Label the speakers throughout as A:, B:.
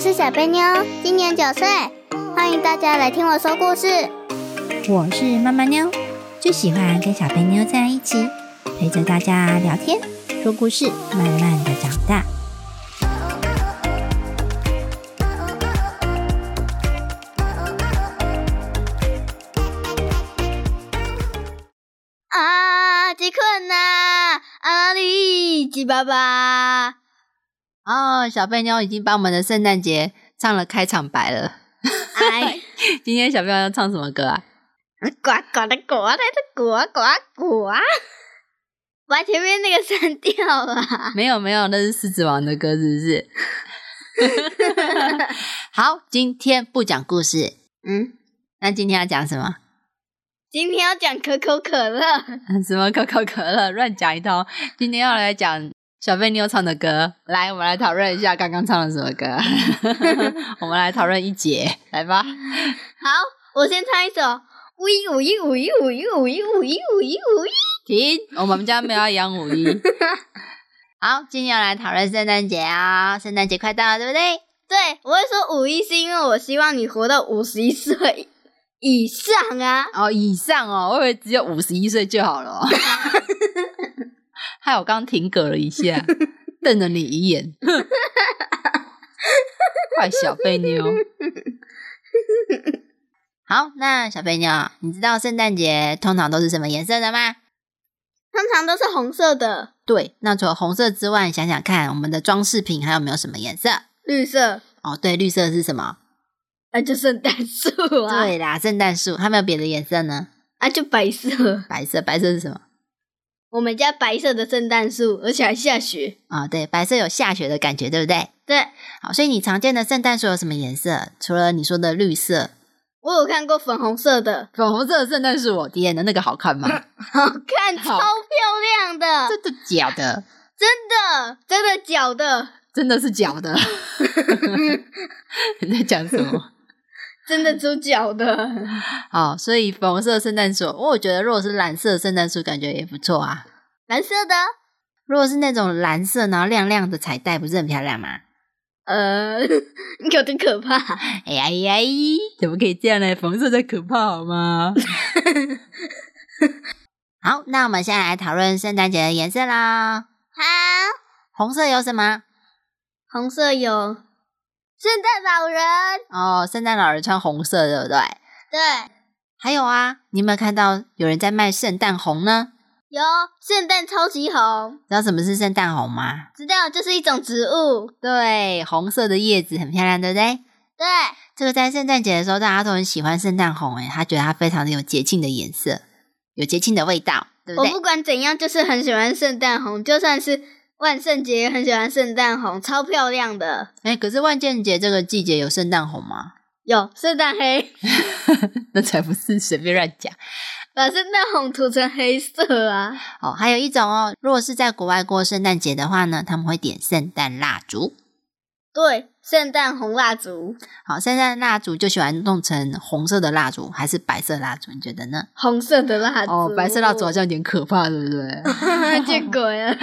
A: 是小贝妞，今年九岁，欢迎大家来听我说故事。
B: 我是妈妈妞，最喜欢跟小贝妞在一起，陪着大家聊天、说故事，慢慢的长大。
A: 啊，吉困呐，阿里吉爸 爸，
C: 哦，小贝妞已经帮我们的圣诞节唱了开场白了。
A: 哎，
C: 今天小贝妞要唱什么歌啊？
A: 呱呱的呱的呱呱呱，把前面那个删掉啦。
C: 没有没有，那是狮子王的歌，是不是？ 好，今天不讲故事，
A: 嗯，
C: 那今天要讲什么？
A: 今天要讲可口可乐，
C: 什么可口可乐？乱讲一通。今天要来讲小贝妞唱的歌，来，我们来讨论一下刚刚唱了什么歌。 我们来讨论一节，来吧。
A: 好，我先唱一首。五一五一五一五一五一五一五一五一，
C: 停，我们家没有要养五一。 好，今天要来讨论圣诞节啊、圣诞节快到了，对不对？
A: 对我会说五一是因为我希望你活到五十一岁以上啊。
C: 哦，以上哦，我以为只有五十一岁就好了、哦。 害我刚停格了一下，瞪了你一眼， 哼，坏小贝妞。好，那小贝妞，你知道圣诞节通常都是什么颜色的吗？
A: 通常都是红色的、
C: 对，那除了红色之外，你想想看，我们的装饰品还有没有什么颜色？
A: 绿色，
C: 哦，对，绿色是什么？
A: 啊，就圣诞树啊，，
C: 对啦，圣诞树，还没有别的颜色呢。
A: 啊，就白色。
C: 白色，白色是什么？
A: 我们家白色的圣诞树，而且还下雪。
C: 啊、对，白色有下雪的感觉，对不对？
A: 对，
C: 好，所以你常见的圣诞树有什么颜色？除了你说的绿色，
A: 我有看过粉红色的，
C: 粉红色的圣诞树，我天哪，那个好看 吗？
A: 好看，超
C: 好
A: 漂亮的，
C: 真的假的？
A: 真的，真的假的，
C: 真的是假 的？你在讲什 么？
A: 真的猪脚的。
C: 好，所以粉红色的圣诞树，我觉得如果是蓝色的圣诞树，感觉也不错啊。
A: 蓝色的，
C: 如果是那种蓝色，然后亮亮的彩带，不是很漂亮吗？
A: 呃， 有点可怕。
C: 哎呀呀咦，怎么可以这样呢？粉红色才可怕好吗？ 好，那我们现在来讨论圣诞节的颜色啦。
A: 好，
C: 红色有什么？
A: 红色有圣诞老人，
C: 哦，圣诞老人穿红色，对不对？
A: 对，
C: 还有啊，你有没有看到有人在卖圣诞红呢？
A: 有圣诞超级红，
C: 知道什么是圣诞红吗？
A: 知道这是一种植物，
C: 对，红色的叶子很漂亮，对不对？
A: 对，
C: 这个在圣诞节的时候，大家都很喜欢圣诞红，诶，哎他觉得它非常的有节庆的颜色，有节庆的味道，对不
A: 我
C: 对？
A: 不管怎样，就是很喜欢圣诞红，就算是万圣节也很喜欢圣诞红，超漂亮的。
C: 哎，可是万圣节这个季节有圣诞红吗？
A: 有圣诞黑，
C: 那才不是随便乱讲
A: 把圣诞红涂成黑色啊！
C: 哦。还有一种哦，如果是在国外过圣诞节的话呢，他们会点圣诞蜡烛。
A: 对，圣诞红蜡烛，
C: 好，圣诞蜡烛就喜欢弄成红色的蜡烛还是白色蜡烛？你觉得呢？
A: 红色的蜡烛。
C: 哦，白色蜡烛好像有点可怕，对不对？
A: 见鬼了！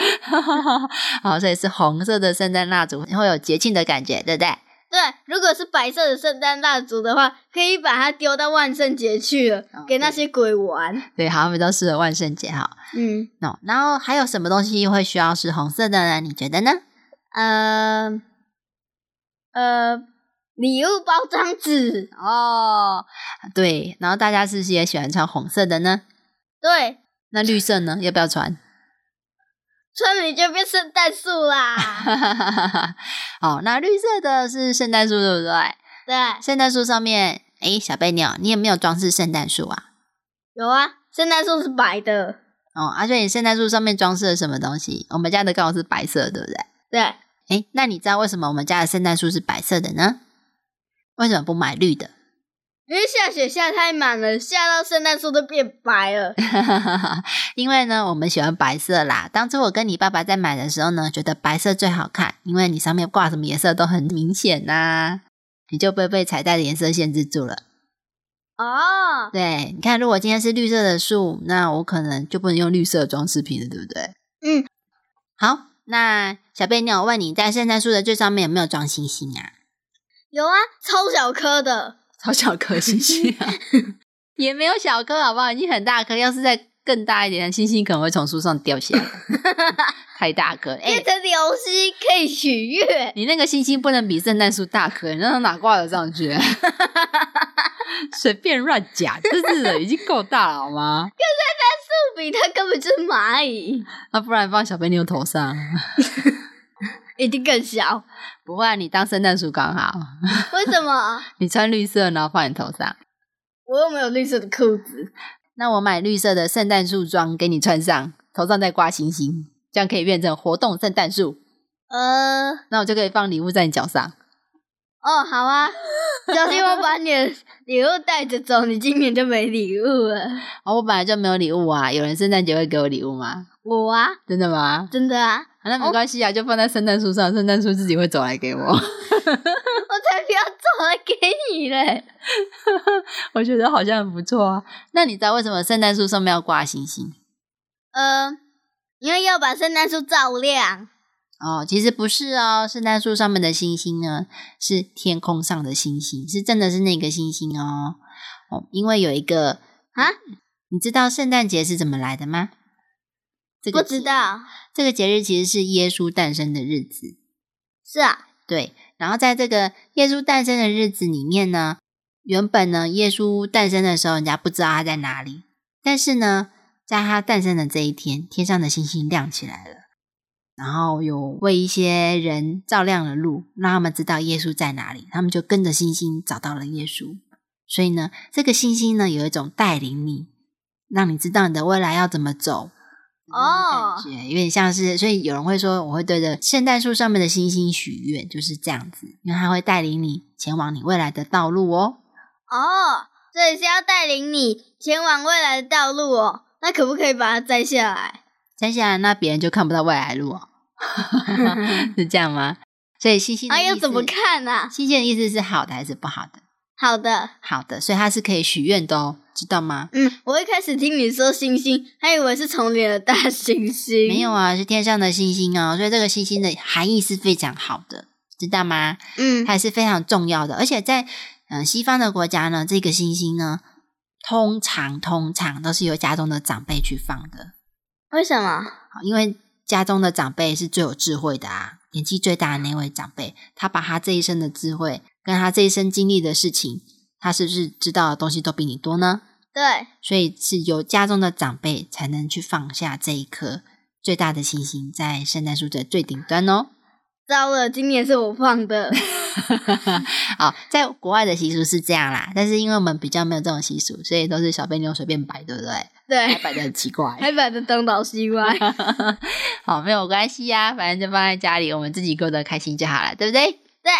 C: 好，所以是红色的圣诞蜡烛会有节庆的感觉，对不对？
A: 对，如果是白色的圣诞蜡烛的话，可以把它丢到万圣节去了，
C: 哦
A: 给那些鬼玩。
C: 对，好像比较适合万圣节哈。
A: 嗯，
C: 哦，然后还有什么东西会需要是红色的呢？你觉得呢？
A: 呃，呃，礼物包装纸，
C: 哦，对，然后大家是不是也喜欢穿红色的呢？
A: 对，
C: 那绿色呢？要不要穿？
A: 村里就变圣诞树 啦。
C: 哦，那绿色的是圣诞树，对不对？
A: 对，
C: 圣诞树上面，诶，小贝鸟，你有没有装饰圣诞树啊？
A: 有啊，圣诞树是白的。
C: 哦，啊，所以圣诞树上面装饰了什么东西？我们家的刚好是白色，对不对？
A: 对，
C: 诶，那你知道为什么我们家的圣诞树是白色的呢？为什么不买绿的？
A: 因为下雪下太满了，下到圣诞树都变白 了。
C: 因为呢，我们喜欢白色啦。当初我跟你爸爸在买的时候呢，觉得白色最好看，因为你上面挂什么颜色都很明显呐、你就不会被彩带的颜色限制住了。
A: 哦，
C: 对，你看，如果今天是绿色的树，那我可能就不能用绿色的装饰品了，对不对？
A: 嗯，
C: 好，那小贝妞，我问你在圣诞树的最上面有没有装星星啊？
A: 有啊，超小颗的，
C: 超小颗星星啊， 也没有小颗好不好？已经很大颗，要是再更大一点，星星可能会从树上掉 下来，太大颗。哎、
A: 变成流星可以许愿。
C: 你那个星星不能比圣诞树大颗，你让它哪挂得上去、啊？ 随便乱讲，真是的，已经够大了好吗？
A: 不比它根本就是蚂蚁，
C: 那、啊不然放小肥牛头上，啊
A: 一定更小。
C: 不会啊、你当圣诞树刚好，
A: 为什么？
C: 你穿绿色然后放你头上。
A: 我又没有绿色的裤子，
C: 那我买绿色的圣诞树装给你穿上，头上再挂星星，这样可以变成活动圣诞树。
A: 呃，
C: 那我就可以放礼物在你脚上。
A: 哦，好啊，小心我把你的礼物带着走，你今年就没礼物了。
C: 哦，我本来就没有礼物啊，有人圣诞节会给我礼物吗？
A: 我啊，
C: 真的吗？
A: 真的啊，
C: 啊那没关系啊，就放在圣诞树上，圣诞树自己会走来给我。
A: 我才不要走来给你嘞。
C: 我觉得好像很不错啊。那你知道为什么圣诞树上面要挂星星？
A: 呃，因为要把圣诞树照亮。
C: 哦，其实不是哦，圣诞树上面的星星呢，是天空上的星星，是真的是那个星星哦。哦，因为有一个
A: 啊，
C: 你知道圣诞节是怎么来的吗？这
A: 不
C: 个
A: 知
C: 节，
A: 道，
C: 这个节日其实是耶稣诞生的日子。
A: 是啊，
C: 对，然后在这个耶稣诞生的日子里面呢，原本呢，耶稣诞生的时候，人家不知道他在哪里，但是呢，在他诞生的这一天，天上的星星亮起来了，然后有为一些人照亮了路，让他们知道耶稣在哪里，他们就跟着星星找到了耶稣。所以呢，这个星星呢，有一种带领你，让你知道你的未来要怎么走。
A: 哦
C: 感觉有点像是，所以有人会说，我会对着圣诞树上面的星星许愿，就是这样子，因为它会带领你前往你未来的道路哦。
A: 哦，这里是要带领你前往未来的道路哦。那可不可以把它摘下来？啊
C: 接下来，那别人就看不到未来路哦， 是这样吗？所以星星的
A: 啊，
C: 意思
A: 要怎么？看啊？
C: 星星的意思是好的还是不好的？
A: 好的，
C: 好的，所以它是可以许愿的哦，知道吗？
A: 嗯，我一开始听你说星星，还以为是丛林的大猩猩。
C: 没有，啊，是天上的星星哦，所以这个星星的含义是非常好的，知道吗？
A: 嗯，
C: 它也是非常重要的。而且在嗯、呃西方的国家呢，这个星星呢，通常通常都是由家中的长辈去放的，
A: 为什么？
C: 好因为家中的长辈是最有智慧的啊，年纪最大的那位长辈，他把他这一生的智慧跟他这一生经历的事情，他是不是知道的东西都比你多呢？
A: 对，
C: 所以是由家中的长辈才能去放下这一颗最大的星星，在圣诞树的最顶端哦。
A: 糟了，今年是我放的。
C: 好，在国外的习俗是这样啦，但是因为我们比较没有这种习俗，所以都是小贝妞随便摆，对不对？还
A: 对，
C: 摆的很奇怪。
A: 还把它东倒西歪。
C: 好，没有关系呀、反正就放在家里，我们自己过得开心就好了，对不对？
A: 对。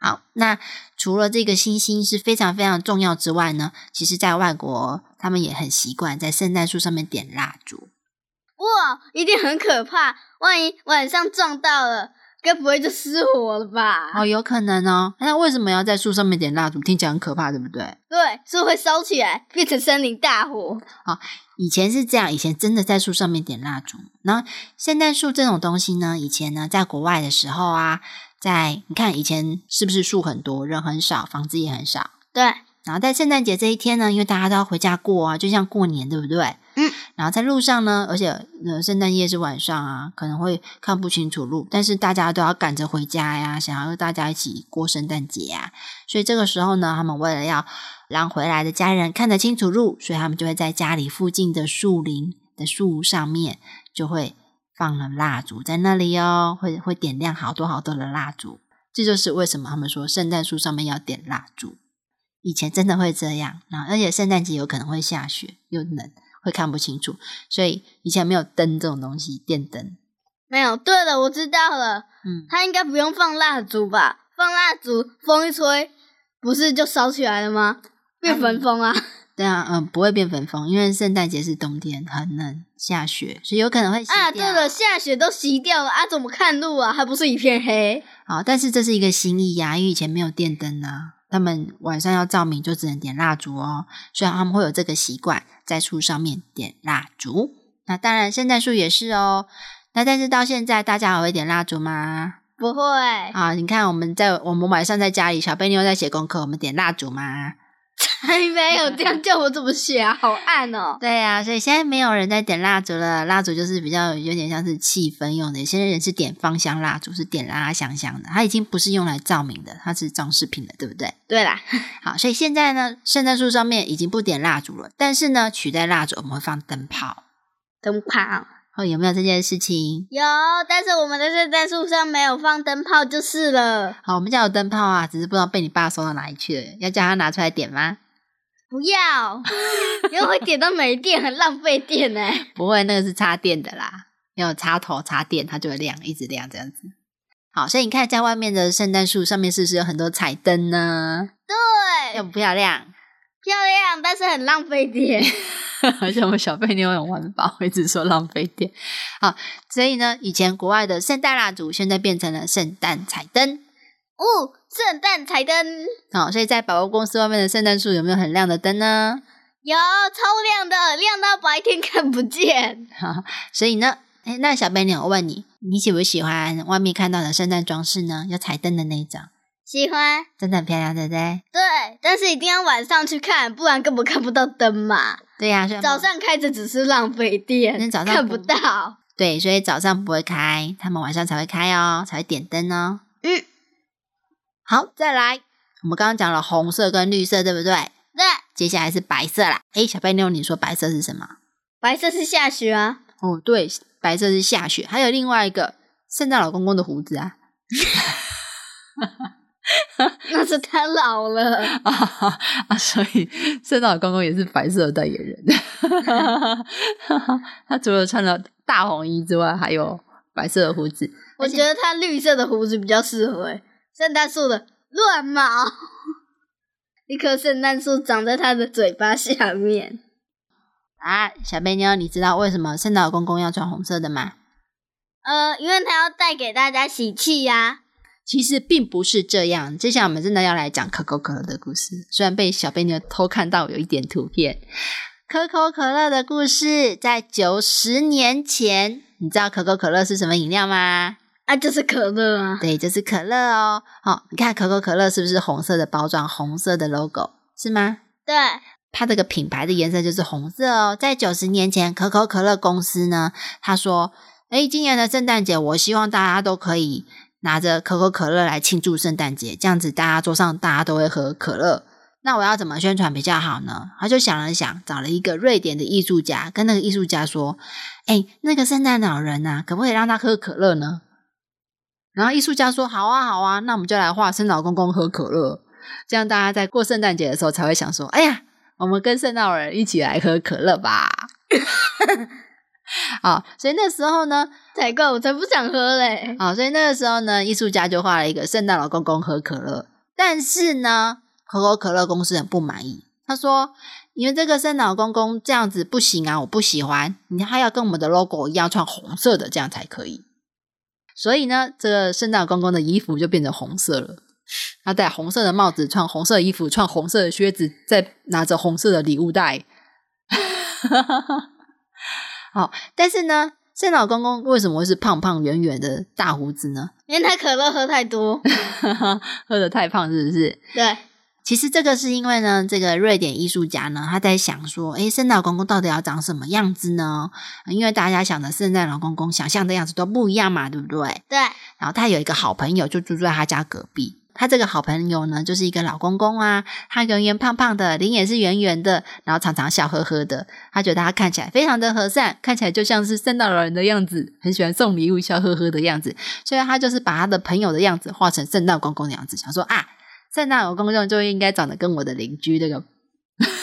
C: 好，那除了这个星星是非常非常重要之外呢，其实在外国他们也很习惯在圣诞树上面点蜡烛。
A: 哇，一定很可怕，万一晚上撞到了，该不会就失火了吧？
C: 哦，有可能哦。那为什么要在树上面点蜡烛？听起来很可怕，对不对？
A: 对，是会烧起来，变成森林大火。
C: 以前是这样，以前真的在树上面点蜡烛。然后圣诞树这种东西呢，以前呢，在国外的时候啊，在你看以前是不是树很多，人很少，房子也很少。
A: 对，
C: 然后在圣诞节这一天呢，因为大家都要回家过啊，就像过年，对不对？
A: 嗯。
C: 然后在路上呢，而且呃，圣诞夜是晚上啊，可能会看不清楚路，但是大家都要赶着回家呀，想要大家一起过圣诞节呀。所以这个时候呢，他们为了要让回来的家人看得清楚路，所以他们就会在家里附近的树林的树上面就会放了蜡烛在那里哦，会会点亮好多好多的蜡烛。这就是为什么他们说圣诞树上面要点蜡烛。以前真的会这样，然后而且圣诞节有可能会下雪又冷，会看不清楚，所以以前没有灯这种东西，电灯。
A: 没有。对了，我知道了，
C: 嗯，
A: 它应该不用放蜡烛吧？放蜡烛，风一吹，不是就烧起来了吗？变焚风啊！
C: 对啊，嗯，不会变粉风，因为圣诞节是冬天，很冷，下雪，所以有可能会熄
A: 啊，对
C: 掉
A: 了，下雪都熄掉了啊，怎么看路啊？还不是一片黑？
C: 好，但是这是一个心意呀、因为以前没有电灯啊，他们晚上要照明就只能点蜡烛哦，所以他们会有这个习惯，在树上面点蜡烛。那当然，圣诞树也是哦。那但是到现在，大家还会点蜡烛吗？
A: 不 会，
C: 啊！你看我们在我们晚上在家里，小贝妞在写功课，我们点蜡烛嘛。
A: 还没有这样叫我怎么写啊？好暗哦。
C: 对呀、所以现在没有人在点蜡烛了，蜡烛就是比较有点像是气氛用的。有些人是点芳香蜡烛，是点拉拉香香的，它已经不是用来照明的，它是装饰品了，对不对？
A: 对啦，
C: 好，所以现在呢，圣诞树上面已经不点蜡烛了，但是呢，取代蜡烛我们会放灯泡。
A: 灯泡
C: 哦，有没有这件事情？
A: 有，但是我们的圣诞树上没有放灯泡就是了。
C: 好，我们家有灯泡啊，只是不知道被你爸收到哪里去了，要叫他拿出来点吗？
A: 不要，因为会点到没电，很浪费电呢、欸
C: 不会，那个是插电的啦，有插头插电，它就会亮，一直亮这样子。好，所以你看家外面的圣诞树上面是不是有很多彩灯呢？
A: 对
C: 漂，不漂亮？
A: 漂亮，但是很浪费电。
C: 好像我们小贝妞很环保，一直说浪费电。好，所以呢，以前国外的圣诞蜡烛现在变成了圣诞彩灯。
A: 哦，圣诞彩灯
C: 好，所以在百货公司外面的圣诞树有没有很亮的灯呢？
A: 有超亮的，亮到白天看不见。
C: 所以呢，哎，那小贝妞，我问你，你喜不喜欢外面看到的圣诞装饰呢？有彩灯的那一种，
A: 喜欢，
C: 真的很漂亮，对不对？
A: 对，但是一定要晚上去看，不然根本看不到灯嘛。
C: 对呀、所以
A: 早上开着只是浪费电，
C: 嗯早上
A: 看
C: 不
A: 不到。
C: 对，所以早上不会开，他们晚上才会开哦，才会点灯哦。
A: 嗯，
C: 好，再来，我们刚刚讲了红色跟绿色，对不对？
A: 对，
C: 接下来是白色啦。诶，小贝妞，你说白色是什么？
A: 白色是下雪啊。
C: 哦，对，白色是下雪，还有另外一个圣诞老公公的胡子啊。
A: 那是他老了，
C: 啊啊！所以圣诞老公公也是白色的代言人。 他除了穿了大红衣之外，还有白色的胡子。
A: 我觉得他绿色的胡子比较适合欸。圣诞树的乱毛， 一棵圣诞树长在他的嘴巴下面，
C: 啊，小贝妞，你知道为什么圣诞老公公要穿红色的吗？
A: 呃，因为他要带给大家喜气呀、
C: 其实并不是这样。接下来我们真的要来讲可口可乐的故事，虽然被小贝妞偷看到有一点图片。可口可乐的故事在九十年前，你知道可口可乐是什么饮料吗？
A: 啊，就是可乐啊，
C: 对，就是可乐哦。好、你看可口可乐是不是红色的包装，红色的 logo 是吗？
A: 对，
C: 它这个品牌的颜色就是红色哦。在九十年前，可口可乐公司呢，他说：“诶，今年的圣诞节，我希望大家都可以拿着可口可乐来庆祝圣诞节，这样子大家桌上大家都会喝可乐。”那我要怎么宣传比较好呢？他就想了想，找了一个瑞典的艺术家，跟那个艺术家说：“诶，那个圣诞老人呐、可不可以让他喝可乐呢？”然后艺术家说：“好啊，好啊，那我们就来画圣老公公喝可乐，这样大家在过圣诞节的时候才会想说：‘哎呀，我们跟圣诞老人一起来喝可乐吧。 啊，所以那时候呢，
A: 才怪，我才不想喝嘞。
C: 啊，所以那个时候呢，艺术家就画了一个圣诞老公公喝可乐。但是呢，可口可乐公司很不满意，他说：“你们这个圣诞老公公这样子不行啊，我不喜欢，你还要跟我们的 logo 一样穿红色的，这样才可以。”所以呢，这个圣诞老公公的衣服就变成红色了。他戴红色的帽子，穿红色的衣服，穿红色的靴子，再拿着红色的礼物袋。好，但是呢，圣诞老公公为什么会是胖胖圆圆的大胡子呢？
A: 因为他可乐喝太 多，
C: 喝的太胖是不是？
A: 对，
C: 其实这个是因为呢，这个瑞典艺术家呢，他在想说，诶，圣诞老公公到底要长什么样子呢？因为大家想的圣诞老公公想象的样子都不一样嘛，对不对？
A: 对，
C: 然后他有一个好朋友，就住在他家隔壁。他这个好朋友呢，就是一个老公公啊，他圆圆胖胖的，脸也是圆圆的，然后常常笑呵呵的。他觉得他看起来非常的和善，看起来就像是圣诞老人的样子，很喜欢送礼物、笑呵呵的样子。所以他就是把他的朋友的样子画成圣诞公公的样子，想说啊，圣诞老公公就应该长得跟我的邻居那个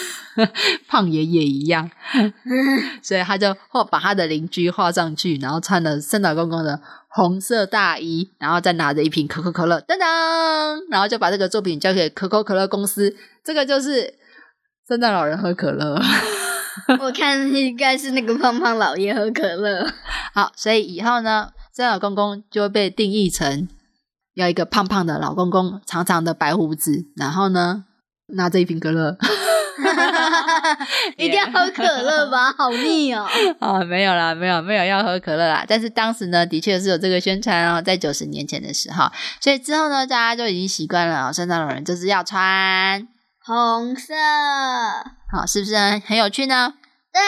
C: 胖爷爷一样。 所以他就画把他的邻居画上去，然后穿了圣诞公公的红色大衣，然后再拿着一瓶可口可乐，噔噔，然后就把这个作品交给可口可乐公司。这个就是圣诞老人喝可乐。
A: 我看应该是那个胖胖老爷喝可 乐，
C: 好，所以以后呢，圣诞老公公就会被定义成要一个胖胖的老公公，长长的白胡子，然后呢拿着一瓶可乐。
A: 一定要喝可乐吧？好腻哦！
C: 啊、没有啦，没有没有要喝可乐啦。但是当时呢，的确是有这个宣传哦，在九十年前的时候，所以之后呢，大家就已经习惯了、哦，圣诞老人就是要穿，
A: 红色，
C: 好、是不是很很有趣呢？
A: 对，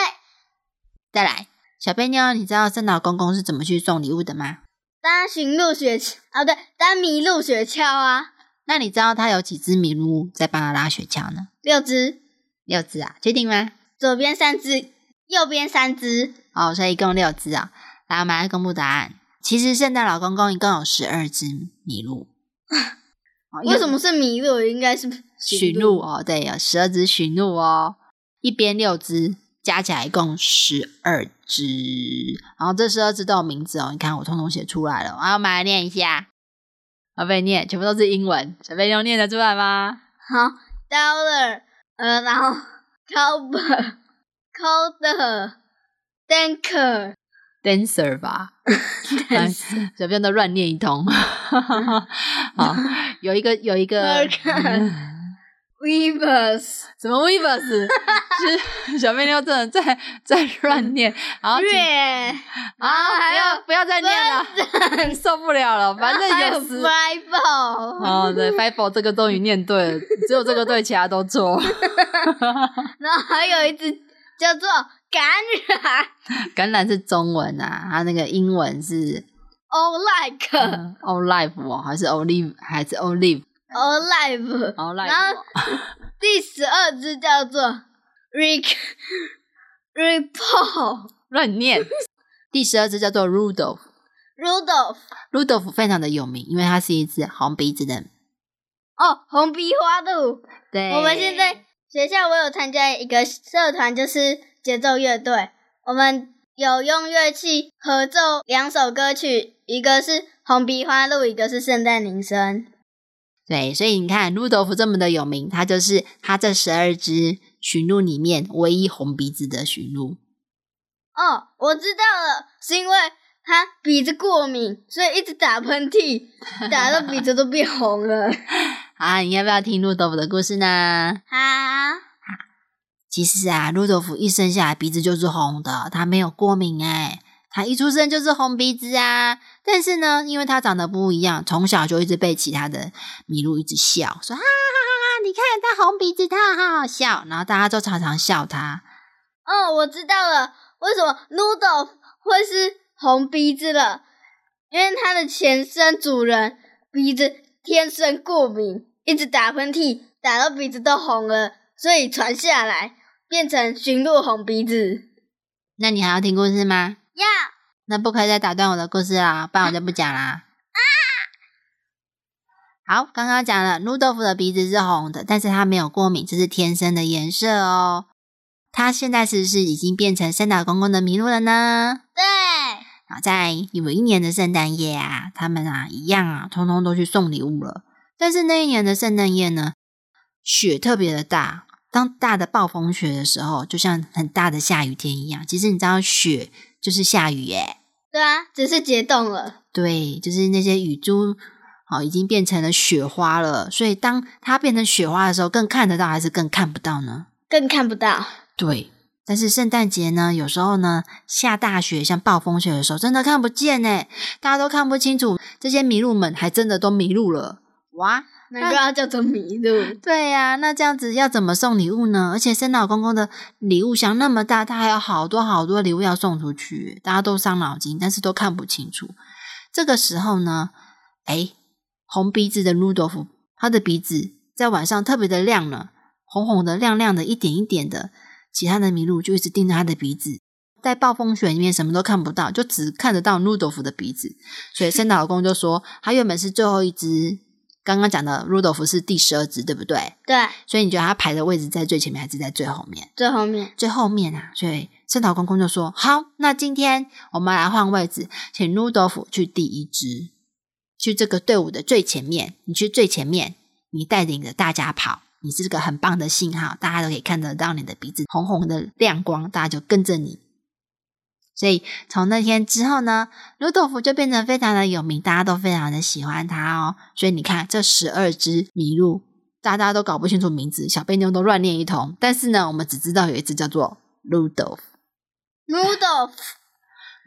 C: 再来，小贝妞，你知道圣老公公是怎么去送礼物的吗？
A: 单行入雪啊，不对，单迷入雪橇啊，
C: 那你知道他有几只麋鹿在帮他拉雪橇呢？
A: 六只，
C: 六只啊，确定吗？
A: 左边三只，右边三只，
C: 哦，所以一共六只啊。来，我们来公布答案。其实圣诞老公公一共有十二只麋鹿。哦
A: 为什么是麋鹿？应该是
C: 驯鹿哦，对，有十二只驯鹿哦，一边六只，加起来一共十二只。然后这十二只都有名字哦，你看我通通写出来了。啊，我们来念一下，我被念，全部都是英文。小贝妞念得出来吗？
A: 好，dollar，呃，然后 cover colder danker
C: dancer 吧，哎小便都乱念一通。好，有一个有一个
A: weavers
C: 什么 weavers，是小便妞真的在在乱念， 然后请
A: 月，
C: 啊，
A: 还有
C: 不要不要再念了， 受不 了了，反正
A: 还有
C: 有时。
A: fly ball，
C: 哦，对 f i b e 这个终于念对了，只有这个对，其他都错。
A: 然后还有一只叫做感染
C: 橄榄是中文啊，它那个英 文是
A: o like
C: olive 哦，还是 olive 还是 olive
A: o live，
C: olive？
A: 然后 第十二只叫做 rick report
C: 乱念。 第十二只叫做 Rudolph，Rudolph
A: Rudolph。
C: 非常的有名，因为它是一只红鼻子的。
A: 哦，红鼻花鹿。
C: 对，
A: 我们现在学校我有参加一个社团，就是节奏乐队，我们有用乐器合奏两首歌曲，一个是红鼻花鹿，一个是圣诞铃声。
C: 对，所以你看 Rudolph 这么的有名，它就是它这十二只驯鹿里面唯一红鼻子的驯鹿。
A: 哦，我知道了，是因为它鼻子过敏，所以一直打喷嚏，打到鼻子都变红了。
C: 啊，你要不要听 Rudolph 的故事呢？
A: 啊，
C: 其实啊，路德福一生下来鼻子就是红的，他没有过敏哎、他一出生就是红鼻子啊。但是呢，因为他长得不一样，从小就一直被其他的麋鹿一直笑，说哈哈哈哈，你看他红鼻子，他好好笑。然后大家就常常笑他，
A: 哦，我知道了，为什么 Noodle 会是红鼻子了？因为它的前身主人鼻子天生过敏，一直打喷嚏，打到鼻子都红了，所以传下来变成驯鹿红鼻子。
C: 那你还要听故事吗？
A: 呀，
C: 那不可以再打断我的故事啦，不然我就不讲啦。好，刚刚讲了，陆豆腐的鼻子是红的，但是它没有过敏，这是天生的颜色哦。它现在是不是已经变成圣诞公公的麋鹿了呢？
A: 对，
C: 啊，在有一年的圣诞夜啊，他们啊一样啊，通通都去送礼物了。但是那一年的圣诞夜呢，雪特别的大。当大的暴风雪的时候，就像很大的下雨天一样。其实你知道，雪就是下雨耶、
A: 对啊，只是解冻了。
C: 对，就是那些雨珠，哦，已经变成了雪花了。所以当它变成雪花的时候，更看得到还是更看不到呢？
A: 更看不到，
C: 对。但是圣诞节呢，有时候呢下大雪，像暴风雪的时候，真的看不见呢，大家都看不清楚。这些麋鹿们还真的都迷路了，哇！
A: 难怪它叫做麋鹿。
C: 对呀、那这样子要怎么送礼物呢？而且圣老公公的礼物箱那么大，他还有好多好多礼物要送出去，大家都伤脑筋，但是都看不清楚。这个时候呢，哎，红鼻子的路多夫，他的鼻子在晚上特别的亮了，红红的、亮亮的，一点一点的。其他的麋鹿就一直盯着他的鼻子，在暴风雪里面什么都看不到，就只看得到路多夫的鼻子。所以圣诞老公就说，他原本是最后一只，刚刚讲的路德福是第十二只，对不对？
A: 对，
C: 所以你觉得他排的位置在最前面还是在最后面？
A: 最后面
C: 最后面啊，所以圣岛公公就说：“好，那今天我们来换位置，请路德福去第一只，去这个队伍的最前面。你去最前面，你带领着大家跑，你是个很棒的信号，大家都可以看得到你的鼻子红红的亮光，大家就跟着你。”所以从那天之后呢，鲁豆福就变成非常的有名，大家都非常的喜欢他哦。所以你看，这十二只麋鹿大家都搞不清楚名字，小贝妞都乱念一通。但是呢，我们只知道有一只叫做 Rudolph。
A: Noodle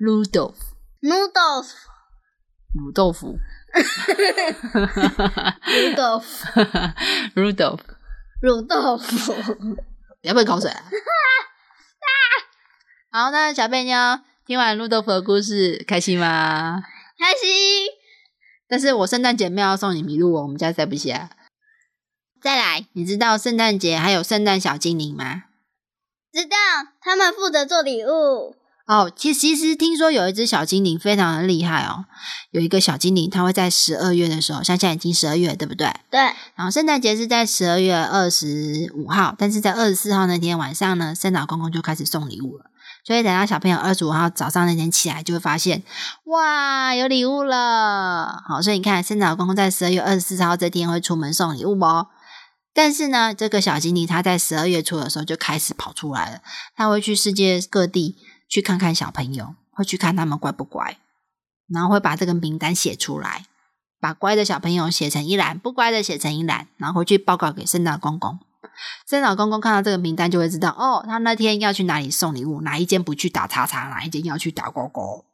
C: Rudolph，
A: noodles
C: 乳豆腐
A: noodle
C: ，Rudolph，
A: 乳豆腐，
C: 不要喷口水 啊！好，那小贝妞听完陆豆腐的故事，开心吗？
A: 开心。
C: 但是我圣诞节没有要送你麋鹿哦，我们家塞不下。再来，你知道圣诞节还有圣诞小精灵吗？
A: 知道他们负责做礼物，
C: 哦，其实其实听说有一只小精灵非常的厉害哦，有一个小精灵，它会在十二月的时候，像现在已经十二月了，对不对？
A: 对，
C: 然后圣诞节是在十二月二十五号，但是在二十四号那天晚上呢，圣老公公就开始送礼物了。所以等到小朋友二十五号早上那天起来，就会发现，哇，有礼物了。好，所以你看，圣老公公在十二月二十四号这天会出门送礼物哦。但是呢，这个小精灵它在十二月初的时候就开始跑出来了，它会去世界各地去看看小朋友，会去看他们乖不乖，然后会把这个名单写出来。把乖的小朋友写成一栏，不乖的写成一栏，然后回去报告给圣诞公公。圣诞公公看到这个名单就会知道，哦，他那天要去哪里送礼物，哪一间不去打叉叉，哪一间要去打勾勾。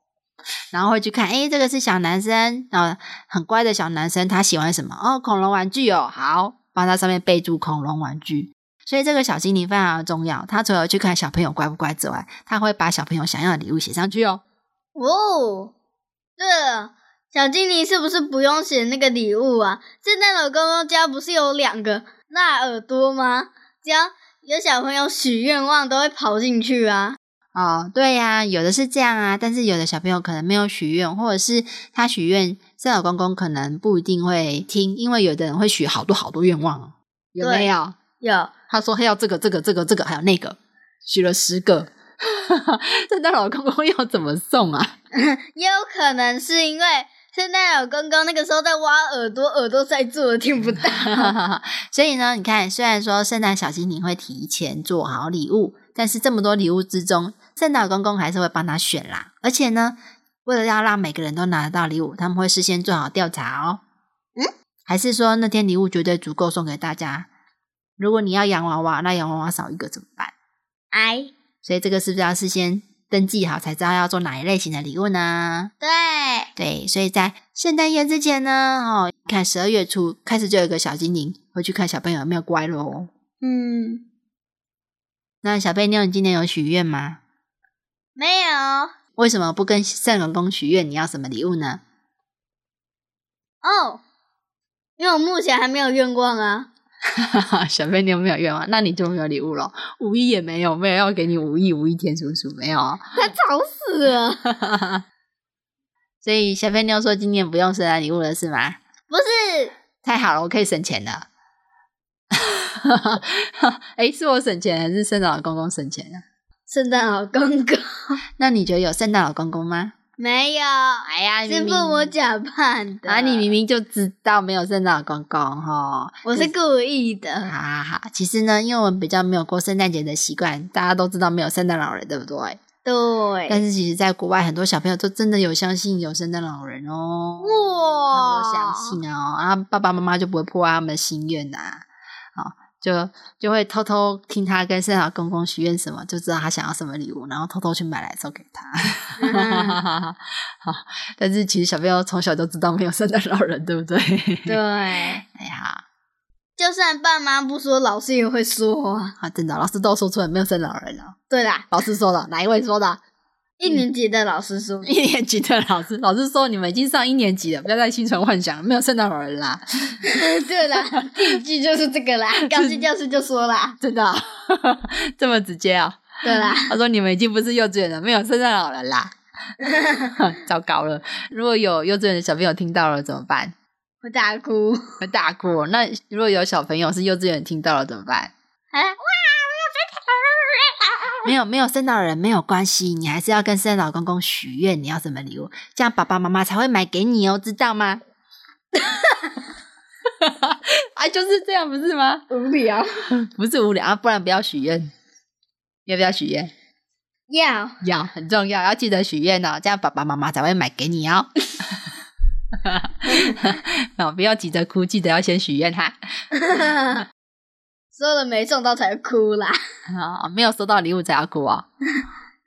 C: 然后会去看，诶，这个是小男生，啊、很乖的小男生，他喜欢什么？哦，恐龙玩具哦，好，帮他上面备注恐龙玩具。所以这个小精灵非常的重要，他除了去看小朋友乖不乖之外，他会把小朋友想要的礼物写上去哦。
A: 哦，对了，小精灵是不是不用写那个礼物啊？圣诞老公公家不是有两个纳耳朵吗？只要有小朋友许愿望，都会跑进去啊。
C: 哦，对呀、有的是这样啊，但是有的小朋友可能没有许愿，或者是他许愿，圣老公公可能不一定会听，因为有的人会许好多好多愿望哦，有没
A: 对
C: 有？
A: 有，
C: 他说他要这个、这个、这个、这个，还有那个，许了十个， 圣诞老公公要怎么送啊？
A: 也有可能是因为圣诞老公公那个时候在挖耳朵，耳朵塞住了听不到。
C: 所以呢，你看，虽然说圣诞小精灵会提前做好礼物，但是这么多礼物之中，圣诞老公公还是会帮他选啦。而且呢，为了要让每个人都拿得到礼物，他们会事先做好调查哦。
A: 嗯，
C: 还是说那天礼物绝对足够送给大家？如果你要洋娃娃，那洋娃娃少一个怎么办？
A: 哎，
C: 所以这个是不是要事先登记好，才知道要做哪一类型的礼物呢？
A: 对，
C: 对，所以在圣诞夜之前呢，哦，看十二月初开始就有一个小精灵会去看小朋友有没有乖喽。
A: 嗯，
C: 那小贝妞，你今年有许愿吗？
A: 没有。
C: 为什么不跟圣老公许愿？你要什么礼物呢？
A: 哦，因为我目前还没有愿望啊。
C: 小贝妞没有愿望，那你就没有礼物了。五一也没有，没有要给你五一五一天叔叔没有啊。
A: 他吵死了，
C: 所以小贝妞说今年不用圣诞礼物了是吗？
A: 不是
C: 太好了，我可以省钱了。 哎、是我省钱还是圣诞老公公省钱啊？
A: 圣诞老公 公，
C: 那你觉得有圣诞老公公吗？
A: 没有，
C: 哎呀
A: 是父母假扮的。
C: 啊，你明明就知道没有圣诞老公公哈。
A: 我是故意
C: 好
A: 的。
C: 好好，其实呢，因为我们比较没有过圣诞节的习惯，大家都知道没有圣诞老人，对不对？但
A: 对，
C: 是其实，在国外很多小朋友都真的有相信有圣诞老人哦，
A: 哇
C: 他们都相信哦，啊，爸爸妈妈就不会破坏他们的心愿呐、好，就就会偷偷听他跟圣诞老公公许愿什么，就知道他想要什么礼物，然后偷偷去买来送给他。
A: 嗯
C: 好，但是其实小朋友从小就知道没有圣诞老人，对不对？
A: 对，
C: 哎呀，
A: 就算爸妈不说，老师也会说啊。
C: 啊，真的，老师都说出来没有圣诞老人了。
A: 对啦，
C: 老师说了，哪一位说的？
A: 一年级的老师说，
C: 一年级的老师，老师说你们已经上一年级了，不要再心存幻想了，没有圣诞老人啦，
A: 对啦，第一句就是这个啦，高级教师就说啦，
C: 真的、哦、这么直接啊、
A: 对啦，
C: 他说你们已经不是幼稚园了，没有圣诞老人啦， 糟糕了！如果有幼稚园的小朋友听到了怎么办？
A: 我大哭，
C: 会大哭。哦那如果有小朋友是幼稚园听到了怎么办？
A: 哎，
C: 没有没有圣诞老人没有关系，你还是要跟圣诞老公公许愿，你要什么礼物，这样爸爸妈妈才会买给你哦，知道吗？ 啊，就是这样，不是吗？
A: 无聊，
C: 不是无聊啊，不然不要许愿。要不要许愿？
A: 要
C: 要，很重要，要记得许愿哦，这样爸爸妈妈才会买给你哦。好，哦不要急着哭，记得要先许愿哈。
A: 收了没送到才哭啦，
C: 哦，没有收到礼物才要哭哦。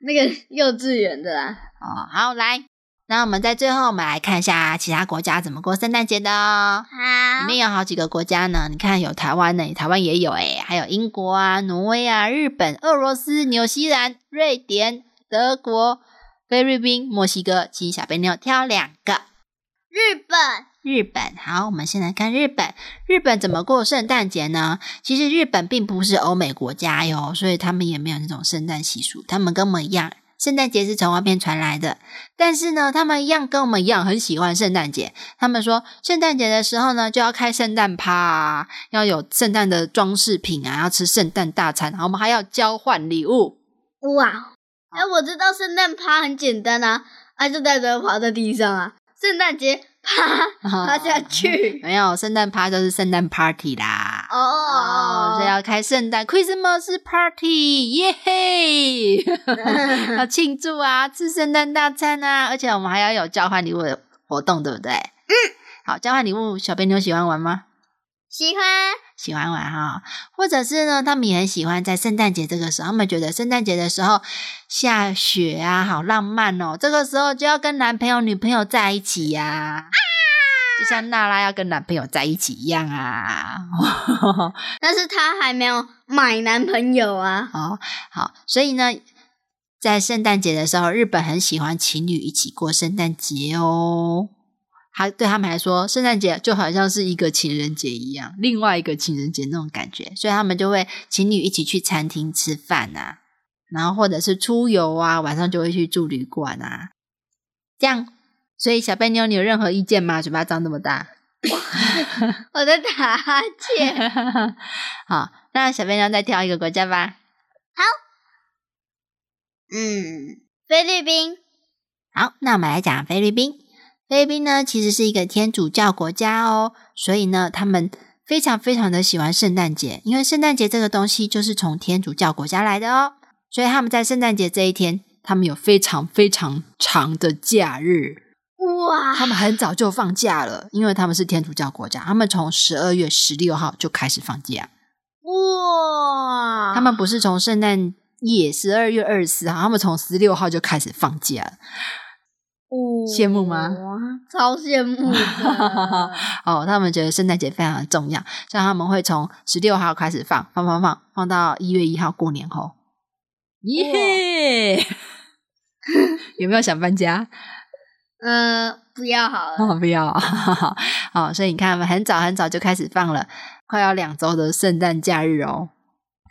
A: 那个幼稚园的啦，
C: 哦，好，来，那我们在最后，我们来看一下其他国家怎么过圣诞节的哦。里
A: 好
C: 面有好几个国家呢，你看有台湾呢，台湾也有诶，还有英国啊、挪威啊、日本、俄罗斯、纽西兰、瑞典、德国、菲律宾、墨西哥，请小贝妞挑两个。
A: 日本
C: 日本，好，我们先来看日本。日本怎么过圣诞节呢？其实日本并不是欧美国家哟，所以他们也没有那种圣诞习俗。他们跟我们一样，圣诞节是从外面传来的。但是呢，他们一样跟我们一样很喜欢圣诞节。他们说，圣诞节的时候呢，就要开圣诞趴、啊，要有圣诞的装饰品啊，要吃圣诞大餐，然后我们还要交换礼物。
A: 哇，哦哎、我知道圣诞趴很简单啊，啊就带着爬在地上啊，圣诞节趴
C: 哦
A: 趴下 去，
C: 没有，圣诞趴就是圣诞 party 啦。
A: 哦
C: 哦，这要开圣诞 Christmas party，耶嘿！ 要庆祝啊，吃圣诞大餐啊，而且我们还要有交换礼物的活动，对不对？嗯。好，交换礼物，小贝妞喜欢玩吗？
A: 喜欢
C: 喜欢玩哈、或者是呢，他们也很喜欢在圣诞节这个时候，他们觉得圣诞节的时候下雪啊，好浪漫哦。这个时候就要跟男朋友、女朋友在一起呀、就像娜拉要跟男朋友在一起一样啊。
A: 但是她还没有买男朋友啊，
C: 哦，好，所以呢，在圣诞节的时候，日本很喜欢情侣一起过圣诞节哦。他对他们来说，圣诞节就好像是一个情人节一样，另外一个情人节那种感觉，所以他们就会情侣一起去餐厅吃饭啊，然后或者是出游啊，晚上就会去住旅馆啊，这样。所以小贝妞，你有任何意见吗？嘴巴张那么大。
A: 我在打哈欠，
C: 好，那小贝妞再挑一个国家吧。
A: 嗯，菲律宾
C: 好，那我们来讲菲律宾。菲律宾呢，其实是一个天主教国家哦，所以呢，他们非常非常的喜欢圣诞节，因为圣诞节这个东西就是从天主教国家来的哦，所以他们在圣诞节这一天，他们有非常非常长的假日，
A: 哇，
C: 他们很早就放假了，因为他们是天主教国家，他们从十二月十六号就开始放假，
A: 哇，
C: 他们不是从圣诞夜十二月二十四号，他们从十六号就开始放假了。羡慕吗
A: 哇？超羡慕 的
C: 哦，他们觉得圣诞节非常的重要，所以他们会从十六号开始放，放放放，放到一月一号过年后。耶、 有没有想搬家？
A: 嗯，不要好了，
C: 哦，不要啊 哦，所以你看，我们很早很早就开始放了，快要两周的圣诞假日哦。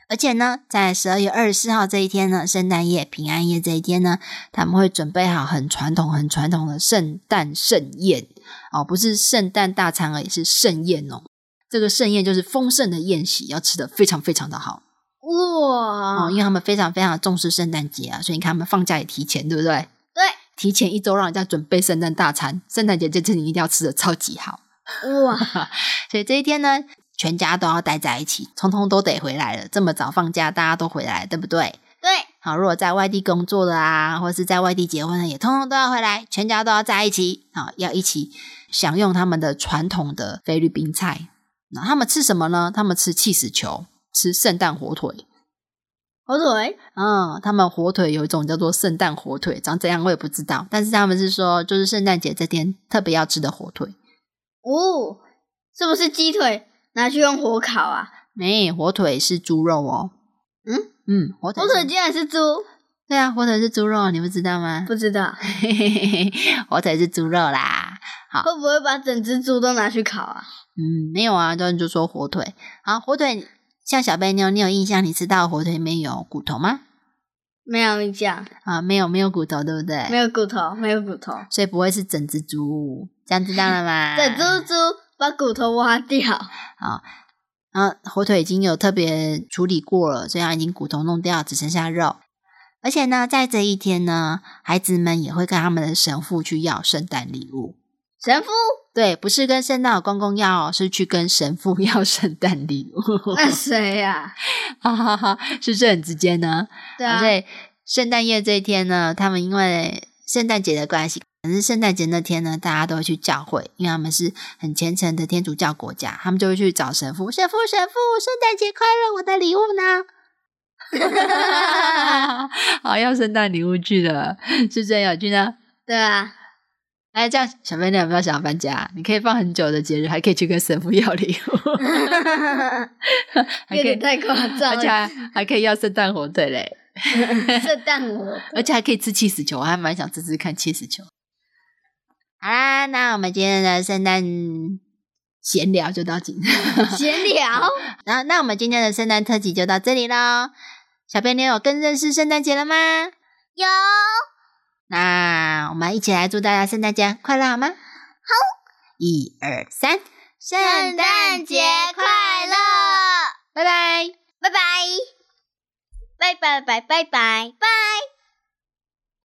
C: 而且呢，在十二月二十四号这一天呢，圣诞夜、平安夜这一天呢，他们会准备好很传统、很传统的圣诞盛宴哦，不是圣诞大餐而已，是盛宴哦。这个盛宴就是丰盛的宴席，要吃的非常非常的好哦，
A: 哇
C: 因，为他们非常非常重视圣诞节啊，所以你看他们放假也提前，对不对？
A: 对，
C: 提前一周让人家准备圣诞大餐，圣诞节这次你一定要吃的超级好。
A: 哇，
C: 所以这一天呢，全家都要待在一起，通通都得回来了。这么早放假，大家都回来了，对不对？
A: 对，
C: 好，如果在外地工作的啊，或是在外地结婚的，也通通都要回来，全家都要在一起啊，要一起享用他们的传统的菲律宾菜。那他们吃什么呢？他们吃气死球，吃圣诞火腿。
A: 火腿，
C: 嗯，他们火腿有一种叫做圣诞火腿，长怎样我也不知道，但是他们是说就是圣诞节这天特别要吃的火腿。
A: 哦，是不是鸡腿拿去用火烤啊？
C: 没、火腿是猪肉哦。
A: 嗯
C: 嗯，火腿
A: 火
C: 是
A: 腿竟然是猪，
C: 对啊，火腿是猪肉，你不知道吗？
A: 不知道
C: 火腿是猪肉啦。好
A: 会不会把整只猪都拿去烤啊？
C: 嗯，没有啊，但就说火腿。好，火腿像小贝妞，你有印象你吃到火腿里面有骨头吗？
A: 没有你讲，
C: 啊，没有，没有骨头，对不对？
A: 没有骨头，没有骨头，
C: 所以不会是整只猪，这样知道了吗？
A: 整只猪把骨头挖掉，
C: 啊，火腿已经有特别处理过了，所以它已经骨头弄掉，只剩下肉。而且呢，在这一天呢，孩子们也会跟他们的神父去要圣诞礼物。
A: 神 父，
C: 对，不是跟圣诞老公公要哦，是去跟神父 要圣诞礼物。
A: 那谁呀？
C: 哈哈哈，是不是很直接呢？
A: 对啊
C: 所，以圣诞夜这一天呢，他们因为圣诞节的关系，可是圣诞节那天呢，大家都会去教会，因为他们是很虔诚的天主教国家，他们就会去找神父，神父，神父，圣诞节快乐，我的礼物呢？ 好，要圣诞礼物去了，是不是很有趣呢？
A: 对 啊，
C: 哎，这样小飞，你有没有想要搬家？你可以放很久的节日，还可以去跟神父要礼物，
A: 有
C: 还可以
A: 点太夸张
C: 而且还
A: 了。
C: 还可以要圣诞火腿嘞，
A: 圣诞 我
C: 而且还可以吃气死球，我还蛮想吃吃看气死球。好啦，那我们今天的圣诞闲聊就到这里，
A: 闲聊，
C: 那那我们今天的圣诞特辑就到这里喽。小贝，你有更认识圣诞节了吗？
A: 有
C: 那我们一起来祝大家圣诞节快乐好吗？好，一二三，
A: 圣诞节快乐，
C: 拜拜。
A: 拜拜，拜拜拜拜拜拜。